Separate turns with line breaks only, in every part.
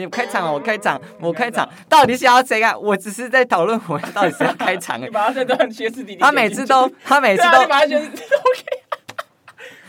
你开场啊，
嗯
我开场，我开场，到底是要谁啊？我只是在讨论我到底谁要开场
你
哎。
把他这段歇斯底里，
他每次都，他每次
对啊，你
都，
把他歇斯 OK，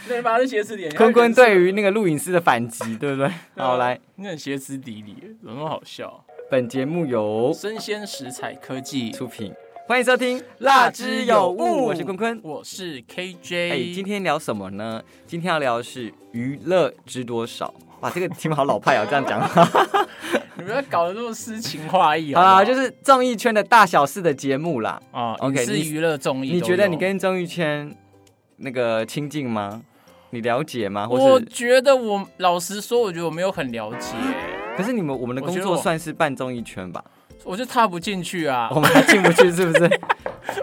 对，你把他歇斯底里。
坤坤对于那个录影师的反击，对不对？
对啊
好，来，，
你很歇斯底里，怎么那么好笑？
本节目由
生鲜食材科技，
出品，欢迎收听《
蜡
蜡
之
之
有
有
物
物》，我是坤坤。
我是
哎、
KJ。
今天聊什么呢？今天要聊的是娱乐知多少。哇，这个题目好老派哦，这样讲。
你不要搞得那么诗情画意
好
啊！
啦，就是综艺圈的大小事的节目啦。
啊
OK，
影视
你
娱乐综艺都有，
你觉得你跟综艺圈那个亲近吗？你了解吗？或
我
是
觉得我老实说，我觉得我没有很了解，
可是你们我们的工
我觉得
作
我
算是半综艺圈吧？
我就踏不进去啊
我，们还进不去是不 是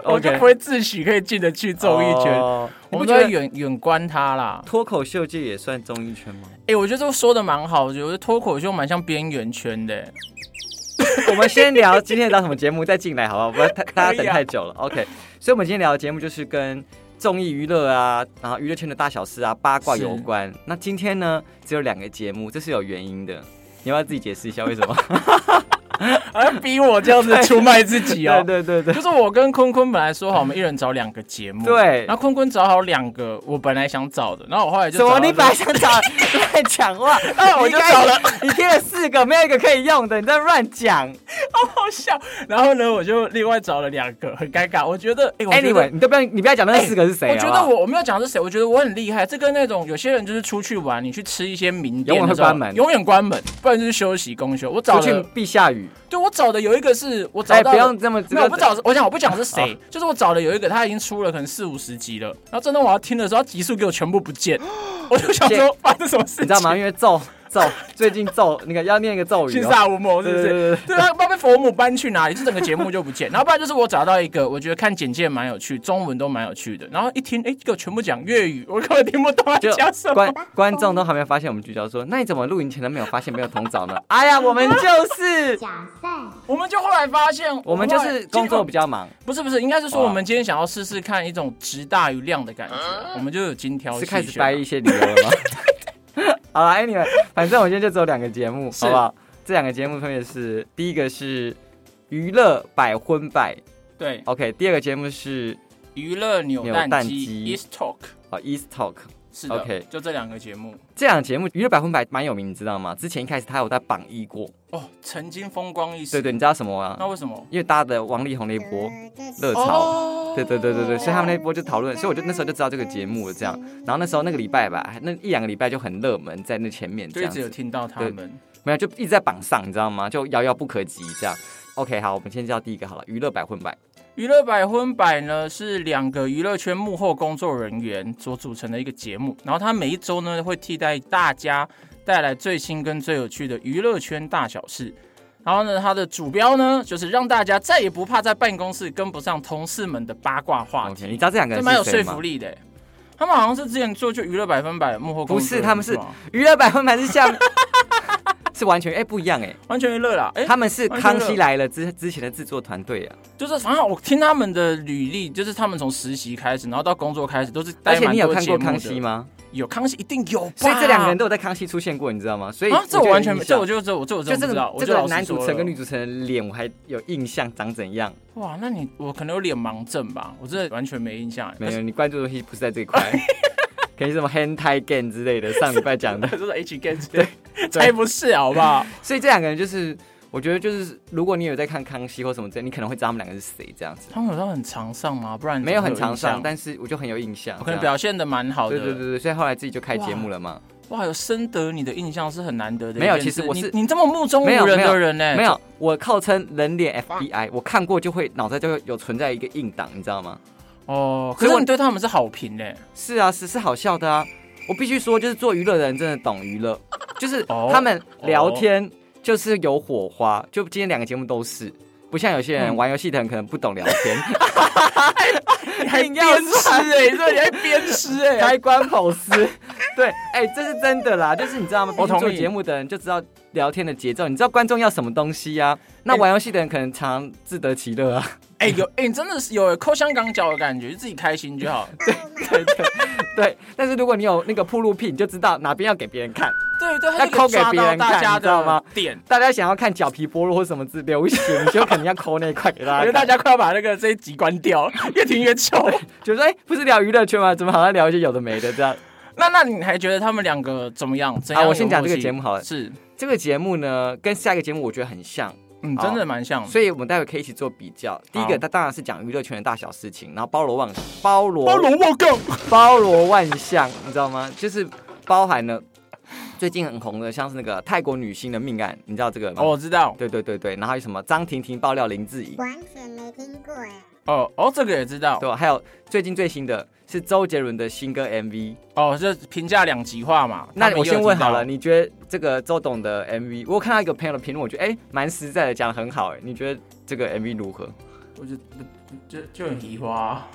我就
哦？OK，
不会自诩可以进得去综艺圈，
哦你
我
不
们都
觉
会
得
远远观他啦。
脱口秀界也算综艺圈吗？
哎，我觉得这说的蛮好，我觉得脱口秀蛮像边缘圈的。
我们先聊今天聊什么节目，再进来好不 好？不要太大家等太久了。OK，所以
啊
我们今天聊的节目就是跟综艺娱乐啊，然后娱乐圈的大小事啊、八卦有关。那今天呢，只有两个节目，这是有原因的。你要不要自己解释一下为什 么？
好像逼我这样子出卖自己哦。
对对对
就是我跟坤坤本来说好，我们一人找两个节目。
对
然后坤坤找好两个我本来想找的，然后我后来 就
什么？
找到
你本来想 找乱讲话，
那 我就找了
你贴了四个，没有一个可以用的，你在乱讲。
好笑。然后呢，我就另外找了两个，很尴尬。我觉得，哎、我觉得哎
Anyway，你都不要，你不要讲那四个是谁、
我觉
好
得
不好
我我没有讲是谁，我觉得我很厉害。这跟那种有些人就是出去玩，你去吃一些名店，
永远会
的时候
关门
永远关门，不然就是休息公休。我找
出去
的，
必下雨，
对我找的有一个是我找
哎，
到
不
的
用这么。
没有，我不找，我想我不讲是谁，就是我找的有一个，他已经出了可能四五十集了，然后真的我要听的时候，他集数给我全部不见，我就想说发生什么事情，
哦你知道吗？？因为 咒咒最近咒那个要念一个咒语、
信
哦，
萨无谋是不
对对
是
对？
对啊，不知道被佛母搬去哪里，这整个节目就不见。然后不然就是我找到一个，我觉得看简介蛮有趣，中文都蛮有趣的。然后一听，哎，给我全部讲粤语，我根本听不懂他
就
讲什么。
观观众都还没有发现我们聚焦说，那你怎么录影前都没有发现没有同找呢？ 哎呀，我们就是
假赛。
我们就后来发现，
我们 就是工作比
较
较忙，
不是不是，应该是说
哇啊
我们今天想要试试看一种直大于量的感觉，啊我们就有精挑
是
细
开始
选
掰
啊。
一些理由了吗？ 好了，Anyway，反正我今天就只有两个节目，
是
好不好？这两个节目分别是第一个是娱乐百分百
对，
，OK，第二个节目是
娱乐扭
扭
蛋
蛋
机
机
East Talk
啊 East Talk。
是的
OK
就这两个节目
这两个节目娱乐百分百蛮有名，你知道吗？之前一开始它有在榜一过，
哦，曾经风光一时。
对对，你知道什么吗、
那为什么？
因为搭的王力宏那一波
呃
热潮。
哦
对对对对对，所以他们那波就讨论，所以我就那时候就知道这个节目了，这样。然后那时候那个礼拜吧，那一两个礼拜就很热门，在那前面这
就一
样
直有
子，
听到他们。
没有就一直在榜上，你知道吗？就遥遥不可及这样。OK，好，我们先叫第一个好了，娱乐百分百。
娱乐百分百呢是两个娱乐圈幕后工作人员所组成的一个节目，然后它每一周呢会替代大家带来最新跟最有趣的娱乐圈大小事。然后呢，它的主标呢就是让大家再也不怕在办公室跟不上同事们的八卦话
OK，
题。
你知道这两个
这
人
蛮有
是
说
谁吗
服？力的欸。他们好像是之前做就娱乐百分百的幕后工作人员
不是他们是
吗
娱乐百分百是下 面，是完全哎不一样哎，
完全娱乐啦。哎、
他们是
完
《
全娱乐
康熙来了》之之前的制作团队啊。
就是反正我听他们的履历，就是他们从实习开始，然后到工作开始都是待
而且
蛮
你有
多
看
节
过
目
《
的
康熙？吗？
有康熙一定有吧。
所以这两个人都有在《康熙》出现过，你知道吗？所以
啊，这
我
我
就有
完全
印
没，
象
这我就这我这我
就
真的
这
不知道。
个
我
这
就老
个
实
男主持
说
人
了
跟女主持人的脸我还有印象长怎样？
哇，那你我可能有脸盲症吧？我真的完全没印象。
没有，你关注的东西不是在这 一块，可以是什么 hand tie game 之类的，上礼拜讲的
可。是，这是 H g a 对，才不是好不好？
所以这两个人就是，我觉得就是，如果你有在看康熙或什么之类，你可能会知道他们两个是谁这样子。
他们有到很常上吗？不然你
没有
怎
很
么
常
嗯印
上，
象
但是我就很有印象。
我可能
这样
表现的蛮好的。
对对对对，所以后来自己就开节目了嘛。
哇，有深得你的印象是很难得的一件事。
没有其实我是
你你这么目中无
没有
人
没有
的人呢、
没有，我靠称人脸 FBI，我看过就会脑袋就会有存在一个硬档，你知道吗？
哦，可
所以
是
我
你对他们是好 评呢、
是啊，是是好笑的啊。我必须说，就是做娱乐的人真的懂娱乐，就是
哦
他们聊天就是有火花，就今天两个节目都是。不像有些人
嗯
玩游戏的人可能不懂聊 天，
你还
硬要
鞭尸哎，这你还鞭尸 哎、
开关跑丝，对，哎、这是真的啦，就是你知道吗？
我
我
同意
做节目的人就知道聊天的节奏，你知道观众要什么东西呀、
哎
那玩游戏的人可能常自得其乐啊，
哎、有哎、你真的是有扣香港脚的感觉，自己开心就好。
对对对，但是如果你有那个铺路癖，你就知道哪边要给别人看。
对对，
要
他就
抠
可以
给
抓
别
到
人
大
看
家
你知道吗
的点。
大家想要看脚皮剥落或什么字流血，你就肯定要抠那一块给
我
大 家
觉得哎大
看。
家快要把那个这一集关掉，越听越糗。
就说哎、不是聊娱乐圈吗？怎么好像聊一些有的没的这样？
那那你还觉得他们两个怎么样？怎样
啊
有
我
默契？
先讲这个节目好了
是，
这个节目呢，跟下一个节目我觉得很像，
嗯，
好
真的蛮像。
所以我们待会可以一起做比较。第一
好
个，它当然是讲娱乐圈的大小事情，然后包罗万包罗
包罗万象，
包罗万象，你知道吗？就是包含了最近很红的，像是那个泰国女星的命案，你知道这个吗？
哦，我知道。
对对对对，然后还有什么张婷婷爆料林志颖，
完全没听过哎。
哦哦，这个也知道。
对吧，还有最近最新的是周杰伦的新歌 MV。
哦，这评价两极化嘛。他
那
们
我
也有
先问
提到
好了，，你觉得这个周董的 MV，我有看到一个朋友的评论，我觉得哎蛮、实在的，讲的很好哎、你觉得这个 MV 如何？
我就就就很移花。啊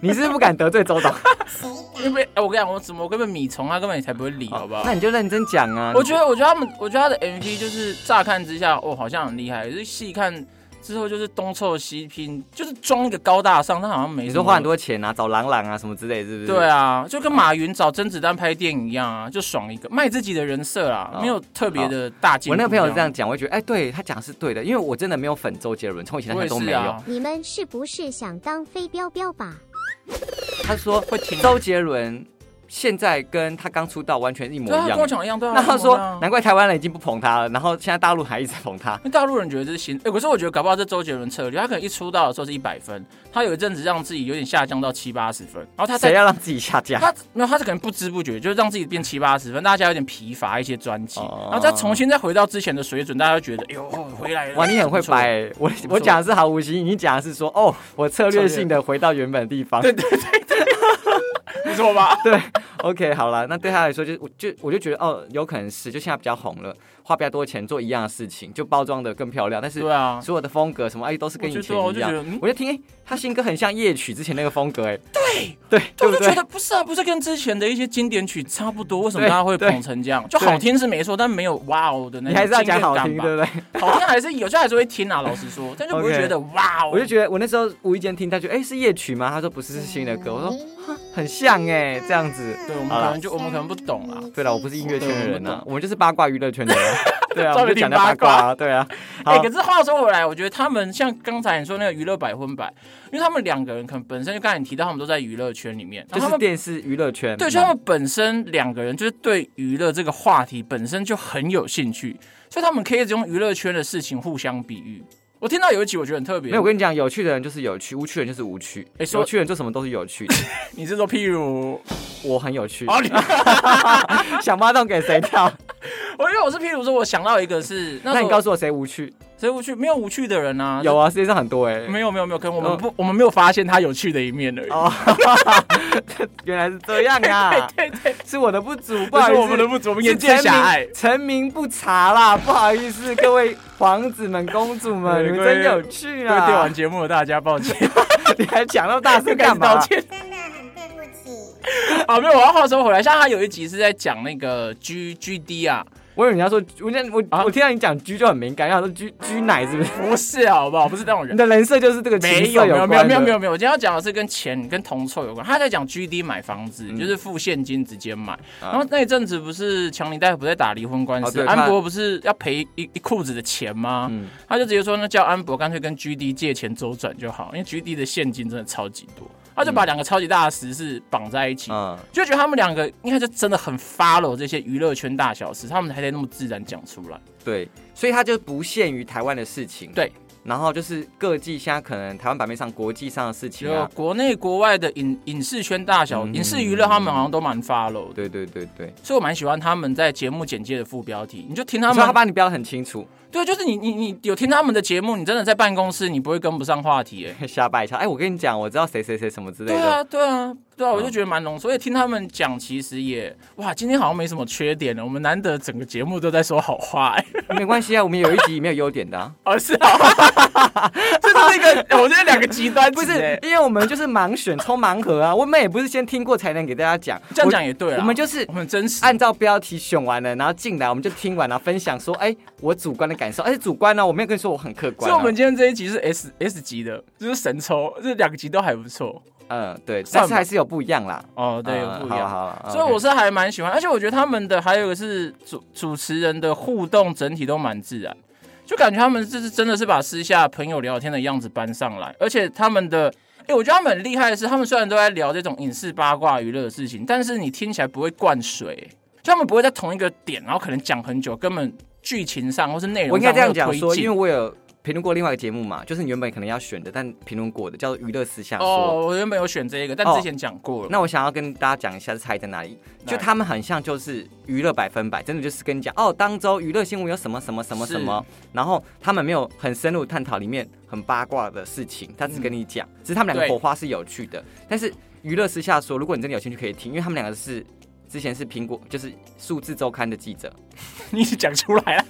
你是不是不敢得罪周董，
谁敢？
因为哎，我跟你讲，我怎么我根本米虫，他根本也才不会理， 好不好
哦那？你就认真讲啊。
我觉得，我觉得他们，我觉得他的 MV 就是乍看之下，哦，好像很厉害，就是细看之后就是东凑西拼，就是装一个高大上，但好像没
你
什
说
么
花很多钱啊，找郎朗啊什么之类，是不是？
对啊，就跟马云找甄子丹拍电影一样啊，就爽一个，卖自己的人设啊，
好
没有特别的大进
哦
步。
我那个朋友这，样讲，我就觉得哎、对他讲的是对的，因为我真的没有粉周杰伦，从以前到
我
现
也
在都
是
没有。
啊，
你们是不是想当飞镖镖吧？
他说
会听。啊
周杰伦现在跟他刚出道完全一模
对啊，
一
跟
样
我。讲一样，对啊。
那他
一模
说
一样，
难怪台湾人已经不捧他了，然后现在大陆还一直捧他。
那大陆人觉得这是新，哎、可是我觉得搞不好这周杰伦策略，他可能一出道的时候是一百分，他有一阵子让自己有点下降到七八十分，然后他
谁
在
要让自己下架？
他没有，他是可能不知不觉就是让自己变七八十分，大家有点疲乏一些专辑，
哦
然后再重新再回到之前的水准，大家就觉得，哎呦，回来了。
哇，你很会
不错
掰、欸。我
错
我讲的是毫无新意，你讲的是说哦，我策略性的回到原本的地方。对
不错吧？
，OK，好了，那对他来说就我就我就觉得哦，有可能是就现在比较红了，花比较多钱做一样的事情，就包装的更漂亮，但是
对啊，
所有的风格什么哎都是跟以前
我
一
就觉
样
得嗯。
我就听哎，他新歌很像夜曲之前那个风格哎。
对
对
对
对不
我就觉
对？
得不是啊，不是跟之前的一些经典曲差不多，为什么
对
大家会捧成这样？就
对
好听是没错，但没有哇哦的那
你
种
还是要讲
惊艳
好
感
听，
吧
对不对？
好听还是有些还是会听啊，老实说，但就不会
OK
觉得哇哦。
我就觉得我那时候无意间听他就哎是夜曲吗？他说不是，是新的歌。我说哈很像哎，这样子。
对我们
好啦
可能就我们可能不懂啊啦。
对了，我不是音乐圈的人
对我
呐
们，
我们就是八卦娱乐圈的 人。对啊，我
专门
们就讲
听
到
八
八
卦
卦啊，对啊。
哎、
好，
可是话说回来，我觉得他们像刚才你说那个娱乐百分百，因为他们两个人可能本身就刚才你提到，他们都在娱乐圈里面，然
就
后他
是
们
电啊视娱乐圈。
对，就他们本身两个人就是对娱乐这个话题本身就很有兴趣，所以他们可以一直用娱乐圈的事情互相比喻。我听到有一集我觉得很特别，
没有，我跟你讲，有趣的人就是有趣，无趣的人就是无趣。
哎说
有趣的人做什么都是有 趣的。
你是说譬如
我很有趣，
哦，你
想挖洞给谁跳？
我因为我是譬如说，我想到一个是 那
那你告
诉
诉我谁无趣？
谁无趣？没有无趣的人啊，
有啊，世界上很多哎
就。没有没有没有，可能我
哦
们不、我们没有发现他有趣的一面而已。
哦， 原来是这样啊！
对对，
是我的不足，不
不
好
是
意思，
我们的不足，我们眼界狭隘
是。成名成名不查啦，不好意思，各位皇子们、公主们，
对
你们
各位
真有趣
各位
啊！
电玩节目的大家，抱歉，
你还讲那么大声
开 始
干嘛
道？歉。
真的很对不起。
啊，没有，我要话说回来，像他有一集是在讲那个 G G D 啊，
我以为你要说，我现在我、
啊
我听到你讲居就很敏感，要说居居奶 是不是？
不是好不好？不是那种
你
人。
的人设就是这个情
没有
色
没有
关
没
的
有没有没有没有，我今天要讲的是跟钱跟铜臭有关。他在讲 G D 买房子，
嗯
就是付现金直接买。
啊
然后那一阵子不是强尼戴普不在打离婚官
哦
司，
对
安
他
博不是要赔一一裤子的钱吗？
嗯，
他就直接说，那叫安博干脆跟 GD 借钱周转就好，因为 GD 的现金真的超级多，他就把两个超级大的时事绑在一起，
嗯，
就觉得他们两个应该就真的很 follow 这些娱乐圈大小事，他们还得那么自然讲出来。
对，所以它就不限于台湾的事情。啊
对。
然后就是各地现在可能台湾版面上、国际上的事情
就
啊，
国内国外的影影视圈大小、
嗯
影视娱乐，他们好像都蛮 follow 的，
对对对对，
所以我蛮喜欢他们在节目简介的副标题，你就听他
他们他
们，
把你标的很清楚，
对，就是你你你有听他们的节目，你真的在办公室你不会跟不上话题、哎。
瞎掰一下。哎，我跟你讲，我知道谁谁谁什么之类
对
的。嗯
啊，对啊，对啊，我就觉得蛮浓。所以听他们讲，其实也哇，今天好像没什么缺点了。我们难得整个节目都在说好话、哎
没关系啊，我们有一集没有优点的、 啊，
哦 是啊，这就是一个，我觉得两个极端值、
不是
哎，
因为我们就是盲选、抽盲盒啊，我们也不是先听过才能给大家讲。
这样讲也对
我，
啊。
我们就是
我们哎真实，
按照标题选完了，然后进来我们就听完了，分享说，哎、我主观的感受，而且主观呢、我没有跟你说我很客
所
观、
以
啊。
我们今天这一集是 S S 级的，就是神抽，这两个集都还不错。
嗯，对，
算吧
但是还是有不一样啦。
哦，对，有
嗯
不一
好了
样。
好了，
所以我
是
是还蛮喜欢，而且我觉得他们的还有一个是主主持人的互动，整体都蛮自然，就感觉他们这是真的是把私下朋友聊天的样子搬上来，而且他们的，哎、我觉得他们很厉害的是，他们虽然都在聊这种影视八卦娱乐的事情，但是你听起来不会灌水，就他们不会在同一个点，然后可能讲很久，根本剧情上或是内容上
我应该这样讲
没有推
说，
进
因为我有评论过另外一个节目嘛，就是你原本可能要选的，但评论过的叫做《娱乐私下说》。
哦，我原本有选这一个，但
哦
之前讲过了，
那我想要跟大家讲一下差异在哪里，
哪里
就他们很像就是娱乐百分百，真的就是跟你讲哦，当周娱乐新闻有什么什么什么什么，然后他们没有很深入探讨里面很八卦的事情，他只跟你讲，只是他们两个
嗯对
火花是有趣的。但是娱乐私下说，如果你真的有兴趣可以听，因为他们两个是之前是苹果就是数字周刊的记者，
你讲出来了，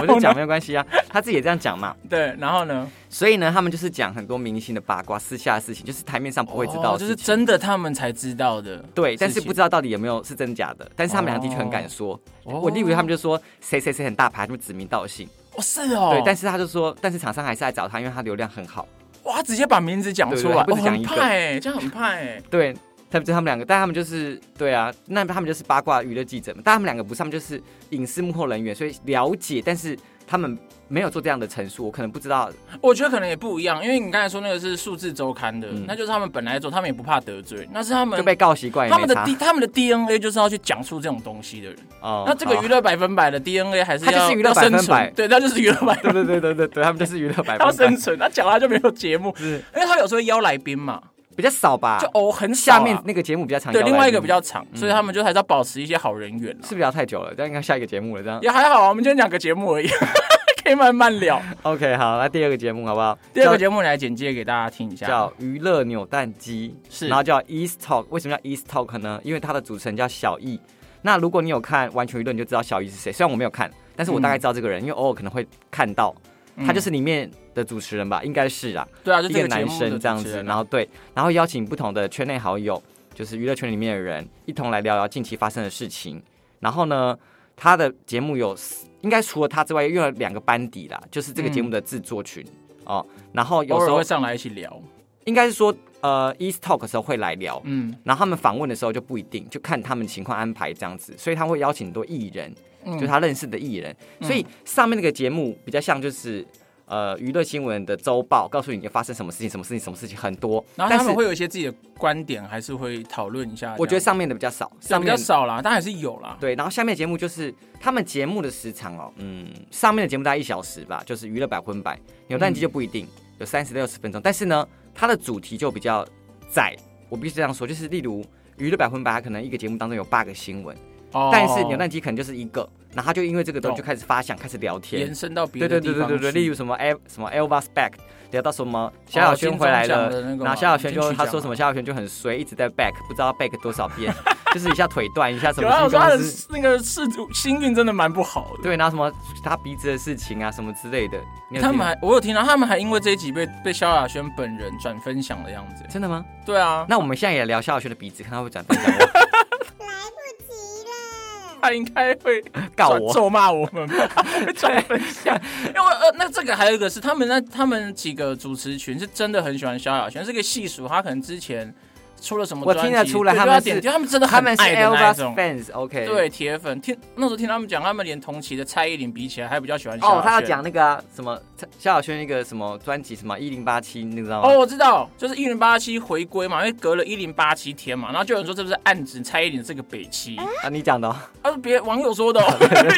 我
后
就讲
呢？
没有关系啊，他自己也这样讲嘛，
对，然后呢？
所以呢，他们就是讲很多明星的八卦、私下的事情，就是台面上不会知道
哦
的
就
事情、
是真的他们才知道的。
对，但是不知
道。
道到底有没有是真假的。但是他们俩的确很
哦
敢说，我以为他们
就
就说谁谁谁很大牌，就指名道姓。
哦是哦，
对，但
是
是他就说，但是厂商还是来找他，因为他流量很好。
哇，直接把名字讲出
对对对
来，
不止讲一个
哦很派欸，这样很派欸。
对，他们就他们两个，但他们就是对啊，那他们就是八卦娱乐记者嘛，但他们两个不是，他们就是影视幕后人员，所以了解，但是他们没有做这样的陈述，我可能不知道。
我觉得可能也不一样，因为你刚才说那个是数字周刊的，
嗯
那就是他们本来做，他们也不怕得罪，那是他们
就被告习惯也
他们
没
的
差
D 他们的 DNA 就是要去讲出这种东西的人。
哦
那这个
好
娱乐百分百的 DNA 还是
它
要
就是娱乐
要
百分
生存
百
对，那就是娱乐百分
对对对对对对，他们就是娱乐百
百，要
分
生
百，
存，他讲他就没有节目，
是
因为他有时候会邀来宾嘛，
比较少吧
就。哦很少啊
下面那个节目比较长，
对另外一个比
较。
较长，所以他们就还是要保持一些好人缘啊。
是不是聊太久了？这样应该下一个节目了，这样。
也还好啊，我们今天两个节目而已， 可以慢慢聊。
OK，好，那第二个节目好不好？
第二个
叫
节目来简介给大家听一下。
叫娱乐扭蛋机，
是
然后叫 East Talk。为什么叫 East Talk 呢？因为它的主持人叫小易。那如果你有看《完全娱乐》，你就知道小易是谁。虽然我没有看，但是我大概知道这个人，因为偶尔可能会看到。
嗯
他就是里面的主持人吧，应该是啊，
对啊，就
一个
这个节
男
目的
生这样
主持
子。
人
然
啊
后对，然后邀请不同的圈内好友，就是娱乐圈里面的人，一同来聊聊近期发生的事情。然后呢，他的节目有四，应该除了他之外，又有两个班底啦，就是这个节目的制作群、哦。然后有
嗯偶
时
尔
候
会上来一起聊。
应该是说，呃，East Talk 的时候会来聊，
嗯，
然后他们访问的时候就不一定，就看他们情况安排这样子，所以他会邀请很多艺人，
嗯
就他认识的艺人，所以上面那个节目比较像就是。呃，娱乐新闻的周报告诉你发生什么事情，什么事情，什么事情很多。
然后他
但
们
是
会有一些自己的观点，还是会讨论一下这样。
我觉得上面的比较少，
对
上
比
面
较少啦，但还是有啦。
对，然后下面的节目就是他们节目的时长哦，嗯，上面的节目大概一小时吧，就是娱乐百分百，扭蛋机就不一定、有三十六十分钟，但是呢，它的主题就比较窄，我必须这样说，就是例如娱乐百分百，它可能一个节目当中有八个新闻，
哦
但是扭蛋机可能就是一个，然后他就因为这个东西
懂
就开始发想，开始聊天
延。伸到别
对
的
对
地
对
方
对对对，
去
例如什么 L 什么 Elvis Back，聊到什么萧亚轩回来
金钟奖的那
了，
个嘛
然后萧亚轩
金
就
曲
他
奖
说什么
嘛
萧亚轩就很衰，一直在 back，不知道 back 多少 遍，就是一下腿断，一下什
有
么
啊，我
经
说他的
公司
那个仕途星运真的蛮不好的。
对，然后什么他鼻子的事情啊，什么之类的。你有
他
听吗
们还我有听到，他们还因为这一集被被萧亚轩本人转分享的样子。
真的吗？
对啊，
那我们现在也聊萧亚轩的鼻子，看他会 转分享我
来不及了，
他应该会
告
咒
我。
咒骂我们吧， 转分享。因为我呃，那这个还有一个是他们那他们几个主持群是真的很喜欢萧亚轩，是个细数，他可能之前出了什么
我
专辑，
听得出来
对
他
都
们
要
是
点击他们真的
他
很
们是
爱的那
Elvis
一种。
fans，OK。
对铁粉，听那时候听他们讲，他们连同期的蔡依林比起来，还比较喜欢萧亚轩。
哦，他要讲那个啊，什么萧亚轩那个什么专辑什么一零八七，你知道吗？
哦，我知道，就是一零八七回归嘛，因为隔了一零八七天嘛，然后就有人说这不是暗指蔡依林这个北七，
啊，你讲的、哦。
他说别网友说 的、哦，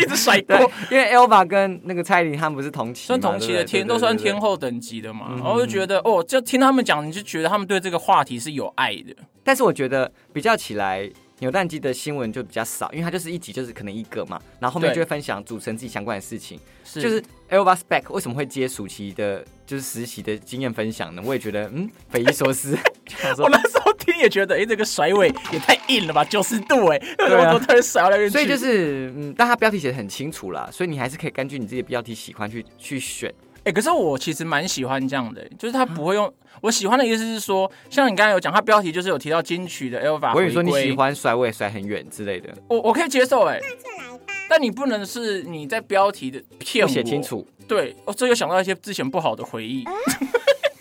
一直甩锅
对。，因为 Elva 跟那个蔡依林他们不是同期嘛，
算同期
对
的
不对
天都算天。
对对对对
后等级的嘛，
嗯
然后就觉得哦，就听他们讲，你就觉得他们对这个话题是有爱的，
对但是我觉得比较起来，扭蛋机的新闻就比较少，因为它就是一集就是可能一个嘛，然后后面
对
就会分享主持人自己相关的事情。
是
就是 Elva Spec 为什么会接暑期的，就是实习的经验分享呢？我也觉得嗯匪夷所思，就想
我
说。
那时候听也觉得，哎、这个甩尾也太硬了吧，九十度哎、为什么都突然甩到那边去？
啊所以就是，嗯，但它标题写的很清楚啦，所以你还是可以根据你自己的标题喜欢去去选。
哎、可是我其实蛮喜欢这样的、哎就是
啊
他不会用。我喜欢的意思是说，像你刚才有讲，他标题就是有提到金曲的 Alpha
我跟你说，你
回归
喜，欢甩尾甩很远之类的，
我我可以接受哎、
那就来吧。
但你不能是你在标题的骗
不
我
写清。楚。
啊
对，哦，这又想到一些之前不好的回忆，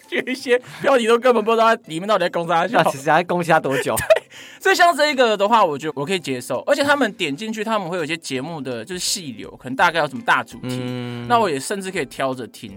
取一些标题都根本不知道它里面到底在攻啥
那
笑。
其实还攻击他多 久？
所以像这一个的话，我觉得我可以接受，而且他们点进去，他们会有一些节目的就是细流，可能大概有什么大主题，
嗯
那我也甚至可以挑着听，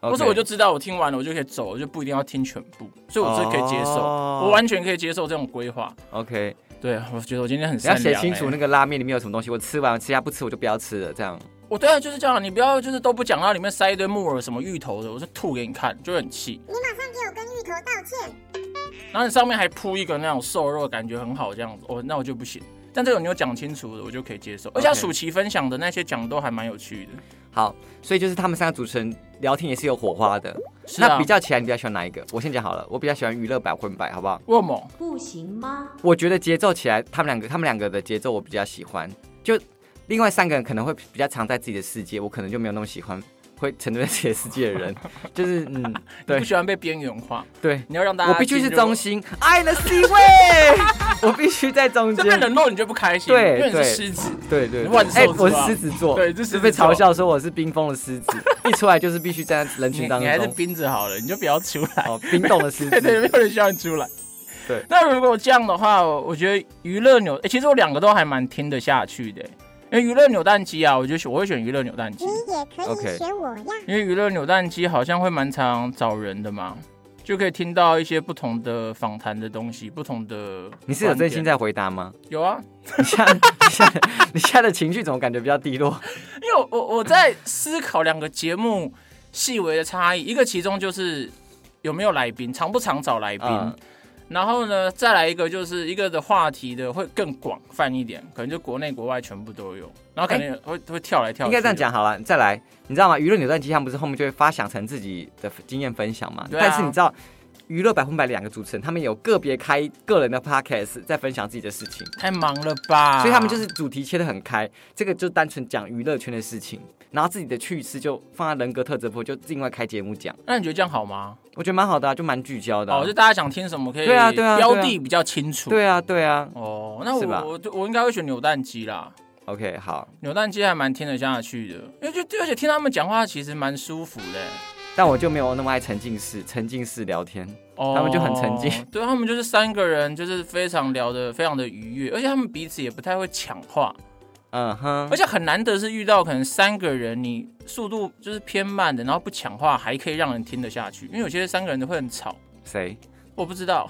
OK
或者我就知道我听完了，我就可以走，我就不一定要听全部，所以我是可以接受，
哦
我完全可以接受这种规划。
OK，
对，我觉得我今天很
你要
善
写
良、
清楚
欸
那个拉面里面有什么东西，我吃完吃下不吃我就不要吃了，这样。
我对啊，就是这样，你不要就是都不讲，然后里面塞一堆木耳什么芋头的，我就吐给你看，就会很气。
你马上给我跟芋头道歉。
然后你上面还铺一个那种瘦肉，感觉很好这样子，哦，那我就不行。但这种你有讲清楚的，我就可以接受。而且他
OK
暑期分享的那些讲都还蛮有趣的。
好，所以就是他们三个主持人聊天也是有火花的。
是啊，
那比较起来，你比较喜欢哪一个？我先讲好了，我比较喜欢娱乐版混版，好不好？
为什么？
不行吗？
我觉得节奏起来，他们两个他们两个的节奏我比较喜欢。就另外三个人可能会比较常在自己的世界，我可能就没有那么喜欢会沉醉在自己的世界的人。就是 嗯，
你
对
不喜欢被边缘化，
对，
你要让大家
我必须是
进入
中，心，I the C 位，我必须在中
这边
间。
冷落你就不开心，
对
因为你是
对
狮子，
对对，对
万
哎、
兽之
我是
王
狮子座，
啊对，这
是
是
被嘲。笑说我是冰封的狮子， 一出来就是必须站在人
你
群当
你还是
中。
冰着好了，你就不要出来。
哦，冰冻的狮
对对，
子。
没有人需要你出来。
对，
那如果这样的话，我我觉得娱乐扭、欸诶其实我两个都还蛮听得下去的、因为娱乐扭蛋机啊，我就选我会选娱乐扭蛋机，
你也可
OK
以选我呀。
因为娱乐扭蛋机好像会蛮常找人的嘛，就可以听到一些不同的访谈的东西，不同的。
你是有真心？在回答 吗？
有啊，
你现在你现在你现在的情绪怎么感觉比较低落？
因为我我我在思考两个节目细微的差异，一个其中就是有没有来宾，常不常找来宾，
嗯
然后呢，再来一个就是一个的话题的会更广泛一点，可能就国内国外全部都有，然后可能也会、会跳来 跳
哎
去，
应该这样，讲好了，再来，你知道吗？娱乐扭蛋机他们不是后面就会发想成自己的经验分享嘛？
对啊
但是你知道，娱乐百分百两个主持人，他们有个别开个人的 podcast 在分享自己的事情，
太忙了吧？
所以他们就是主题切的很开，这个就单纯讲娱乐圈的事情，然后自己的趣事就放在人格特质部，就另外开节目讲，
那你觉得这样好吗？
我觉得蛮好的、啊，就蛮聚焦的啊、
哦，就大家想听什么可以
对啊对啊对啊
标的比较清楚。
对啊，对啊
哦，那
是吧
我我我应该会选扭蛋机啦，
，OK，好，
扭蛋机还蛮听得下去的，因为就而且听他们讲话其实蛮舒服的、
但我就没有那么爱沉浸式沉浸式聊天，
哦
他们就很沉浸。
对他们就是三个人，就是非常聊得非常的愉悦，而且他们彼此也不太会抢话，
嗯哼
而，且很难得是遇到可能三个人你速度就是偏慢的，然后不抢话还可以让人听得下去，因为有些三个人的会很吵。
谁？
我不 知道，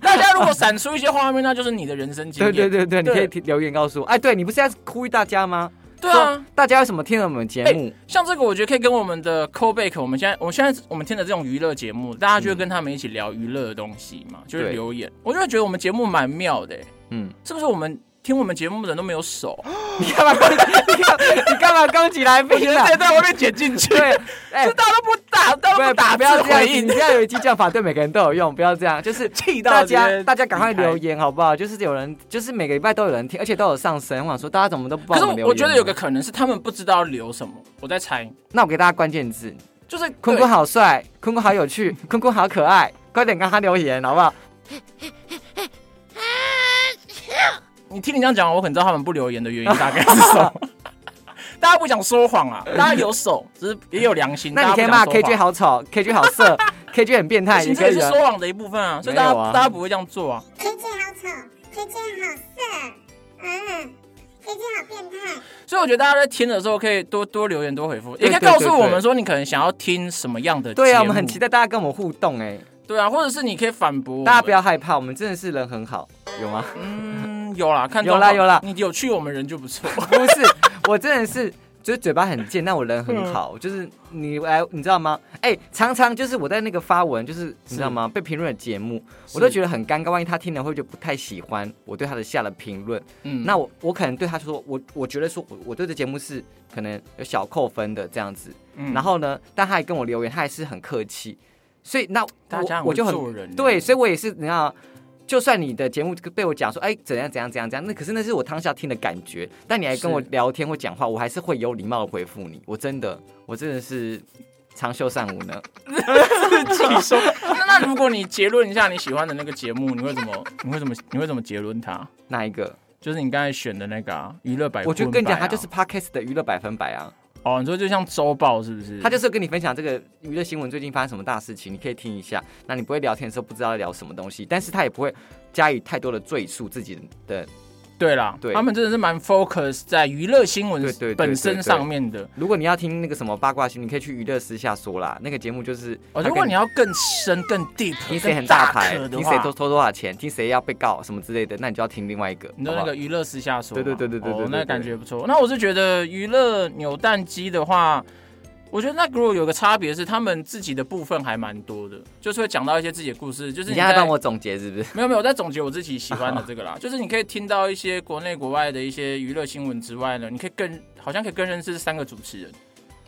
大家如果闪出一些画面，那就是你的人生经
对
验。
对对对，你
对
可以提留言告诉我。哎，对你不是在呼吁大家吗？
对啊
说，大家有什么听了我们节目？
像这个我觉得可以跟我们的 c o b a k 我们现在我们现在我们听的这种娱乐节目，大家就会跟他们一起聊娱乐的东西嘛，就是
嗯对
留言，我就会觉得我们节目蛮妙的、欸
嗯，
是不是我们听我们节目的人都没有手？
你干嘛攻？你干你干嘛攻击来宾 啊？
段会被剪进去
对，哎
这，大家都不打，大
不
家都
要
不打
不要
字
这样
回
子，你
应，
这样有激将法对每个人都有用，不要这样，就是。
气
大
直接
家大家赶快
离开
留。言好不好？就是有人，就是每个礼拜都有人听，而且都有上升。我想说，大家怎么都不帮
可是
我们留言？啊
我我觉得有个，可能是他们不知道留什么，我在猜，
那我给大家关键字：
就是
坤
对
坤好帅，坤坤好有趣，坤坤好可爱。快点跟他留言好不好？
你听你这样讲，我很知道他们不留言的原因大概是什 么。大家不想说谎啊，大家有手，只是也有良心。
那你可以骂
大家不想
KJ
说谎
好丑，KJ 好 色，KJ 很变态，
其
也
实这
可
也
以
是
啊。
说谎的一部分啊，所以大
没有
家
啊
大家不会这样做啊。
KJ 好丑，KJ 好色，嗯，KJ 好变态。
所以我觉得大家在听的时候，可以多多留言、多回复，也
对
可以
对
告诉
对
我
对
们说你可能想要听什么样的
对啊，
节
我们很
目
期待大家跟我们互动哎、
对啊，或者是你可以反驳我们
大家不要害怕，我们真的是人很好，有 吗？
嗯，有啦，看
有啦
状况
有啦
你有去我们人就不错。
不是，我真的是就是嘴巴很贱，但我人很好，
嗯
就是你哎，你知道吗？哎、常常就是我在那个发文，就是你知道吗？被评论的节目， 我都 觉得很尴尬，万一他听了会就不太喜欢我对他的下的评论，
嗯
那我我可能对他说，我我觉得说我我对这节目是可能有小扣分的这样子，
嗯
然后呢，但他还跟我留言，他还是很客气，所以那
大家
我我就很
做人啊
对，所以我也是，你知道，就算你的节目被我讲说，哎，怎样怎样怎样怎样，那可是那是我当下听的感觉，但你来跟我
是
聊天或讲话，我还是会有礼貌的回复你，我真的，我真的是长袖善舞呢。
自己说。 那那如果你结论一下你喜欢的那个节目，你会怎么？ 你会怎么？你会怎么结论它？
那一个？
就是你刚才选的那个啊娱乐百分百啊，
我觉得跟你讲，他就是 podcast 的娱乐百分百啊，
哦，你说就像周报是不是？
他就是跟你分享这个娱乐新闻最近发生什么大事情，你可以听一下。那你不会聊天的时候不知道在聊什么东西，但是他也不会加以太多的赘述自己的。
对啦，
对
他们真的是蛮 focus 在娱乐新闻
对对对
本身
对对
上面的。
如果你要听那个什么八卦新闻，你可以去娱乐私下说啦。那个节目就是，
哦，
他
如果
跟
你要更深、更 deep、
听谁
更
很大牌
可，的
听
话，
谁偷偷多少钱，听谁要被告什么之类的，那你就要听另外一个。
你的
好
那
不
个
好
娱乐私下说嘛，
对对对对对对
哦
对，对
那感觉不错。那我是觉得娱乐扭蛋机的话，我觉得那如果有个差别是，他们自己的部分还蛮多的，就是会讲到一些自己的故事，就是
你
你
现在
在
帮我总结是不是？
没有没有，我在总结我自己 喜欢的这个啦，就是你可以听到一些国内国外的一些娱乐新闻之外呢，你可以更好像可以更认识三个主持人、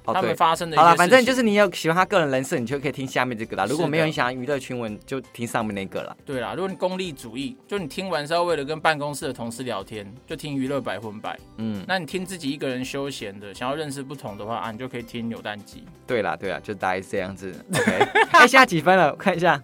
哦，
他们
对。
发生的一
好
些事
了，
情。
反正就是你有喜欢他个人人设，你就可以听下面这个啦。如
是
果
的
没有你想要娱乐新闻，就听上面那个啦。
对啦，如果你功利主义，就你听完是要为了跟办公室的同事聊天，就听娱乐百分百。
嗯，
那你听自己一个人休闲的，想要认识不同的话啊，你就可以听扭蛋机。
对啦，对啦，就大概是这样子。OK，哎、现在几分了？我看一下，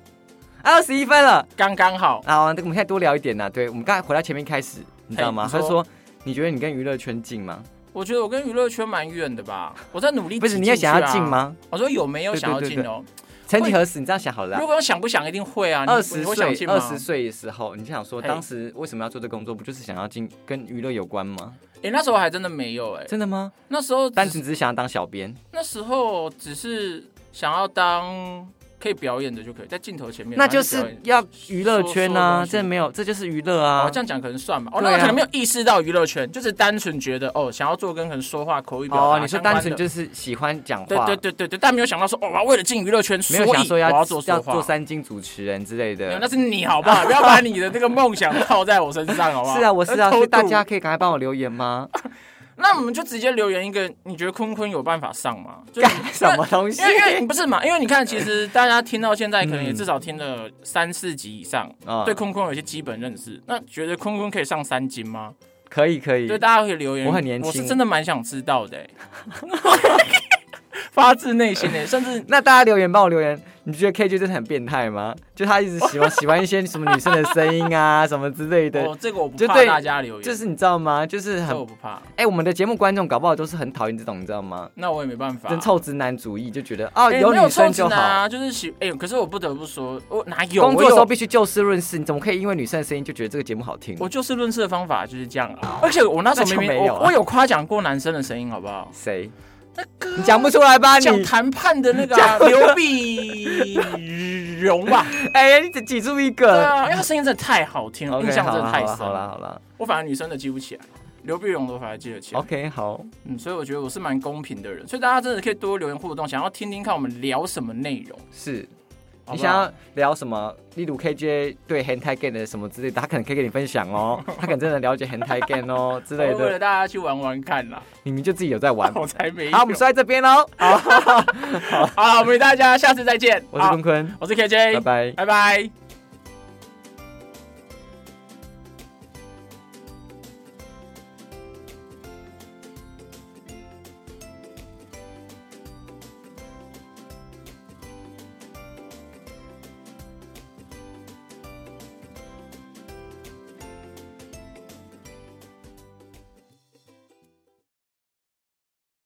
二十一分了。
刚刚好。
啊，我们现在多聊一点呐。对，我们刚才回到前面开始，你知道吗？
嘿
他
你说
说，你觉得你跟娱乐圈近吗？
我觉得我跟娱乐圈蛮远的吧，我在努力、
不是，你也想要近
进？啊
吗？
我说有没有想要
对对
进
对
哦？
曾几何时，你这样想好了啦
如。果有想不想，一定会啊。你
二
你
十
会想
岁，
进
二
吗？
十岁的时候，你就想说，
嘿
当时为什么要做这工作？不就是想要进跟娱乐有关吗？
哎、那时候还真的没有哎、
真的吗？
那时候
单
只
纯只是想要当小编，
那时候只是想要当可以表演的就可以，在镜头前面，
那就
反正
是
表演
要娱乐圈啊，
说说东西
这没有，这就是娱乐啊
哦，这。样讲可能算吧。哦，
对啊
那我可能没有意识到娱乐圈，就是单纯觉得哦，想要做跟可能说话、口语表达
哦，你说
相关
单
的
纯就是喜欢讲
对
话，
对对对对，但没有想到说哦，我要为了进娱乐圈，
没有想
所
说
以
要
我要做说
要
话
做三金主持人之类
没有
的
那。是你好不好？不要把你的这个梦想套在我身上，好不 好？
是啊，我是啊，所
偷
以
渡
大家。可以赶快帮我留言吗？
那我们就直接留言一个，你觉得坤坤有办法上 吗？就
干
是
什么东西
因？为 因为不是嘛？因为你看，其实大家听到现在，可能也至少听了三四集以上，
嗯啊
对坤坤有一些基本认识。那觉得坤坤可以上三金吗？
可以可以
对，，大家可以留言。
我很年轻
我是真的蛮想知道 的、欸， 发自内心的、甚至
那大家留言帮我留言，你觉得 KJ 真的很变态吗？就他一直喜欢喜欢一些什么女生的声音啊，什么之类的，
哦，这个我不
就
怕
对
大家留言，
就是你知道吗？就是
这
很
我不怕，
哎、我们的节目观众搞不好都是很讨厌这种，你知道吗？
那我也没办法。
真臭直男主义，就觉得哦、
哎
有
没有
女
臭
生
直
就好。
男啊，就是喜哎、可是我不得不说，我哪有
工作的
我
时
有
候必须就事论事，你怎么可以因为女生的声音就觉得这个节目好听？
我就事论事的方法就是这样啊。而且我那时候
哦那就
明明
没有啊
我我有夸奖过男生的声音，好不好？
谁？
那个
你讲不出来吧？你
讲谈判的那个啊刘碧荣 吧，
哎、你只挤出一
对
个。
啊，因为他声音真的太好听了，印
OK，
象
好
真的
了
太
好了
深。
好了好了
我反而女生的记不起来，刘碧荣的我反而记得起来。
，OK 好，
嗯，所以我觉得我是蛮公平的人，所以大家真的可以多留言互动，想要听听看我们聊什么内容。
是
好
你
不好
想要聊什么？例如 KJ 对 hentai game 的什么之类的，他可能可以跟你分享 哦，他可能真的了解 hentai game 哦之类
我为了
的。
大家去玩玩看啦，
你们就自己有在玩。
我才没 有。
好，我们说在这边哦喽。
好，我们大家下次再见。
我是
好哎
坤坤，
我是
拜
KJ，
拜。
拜拜。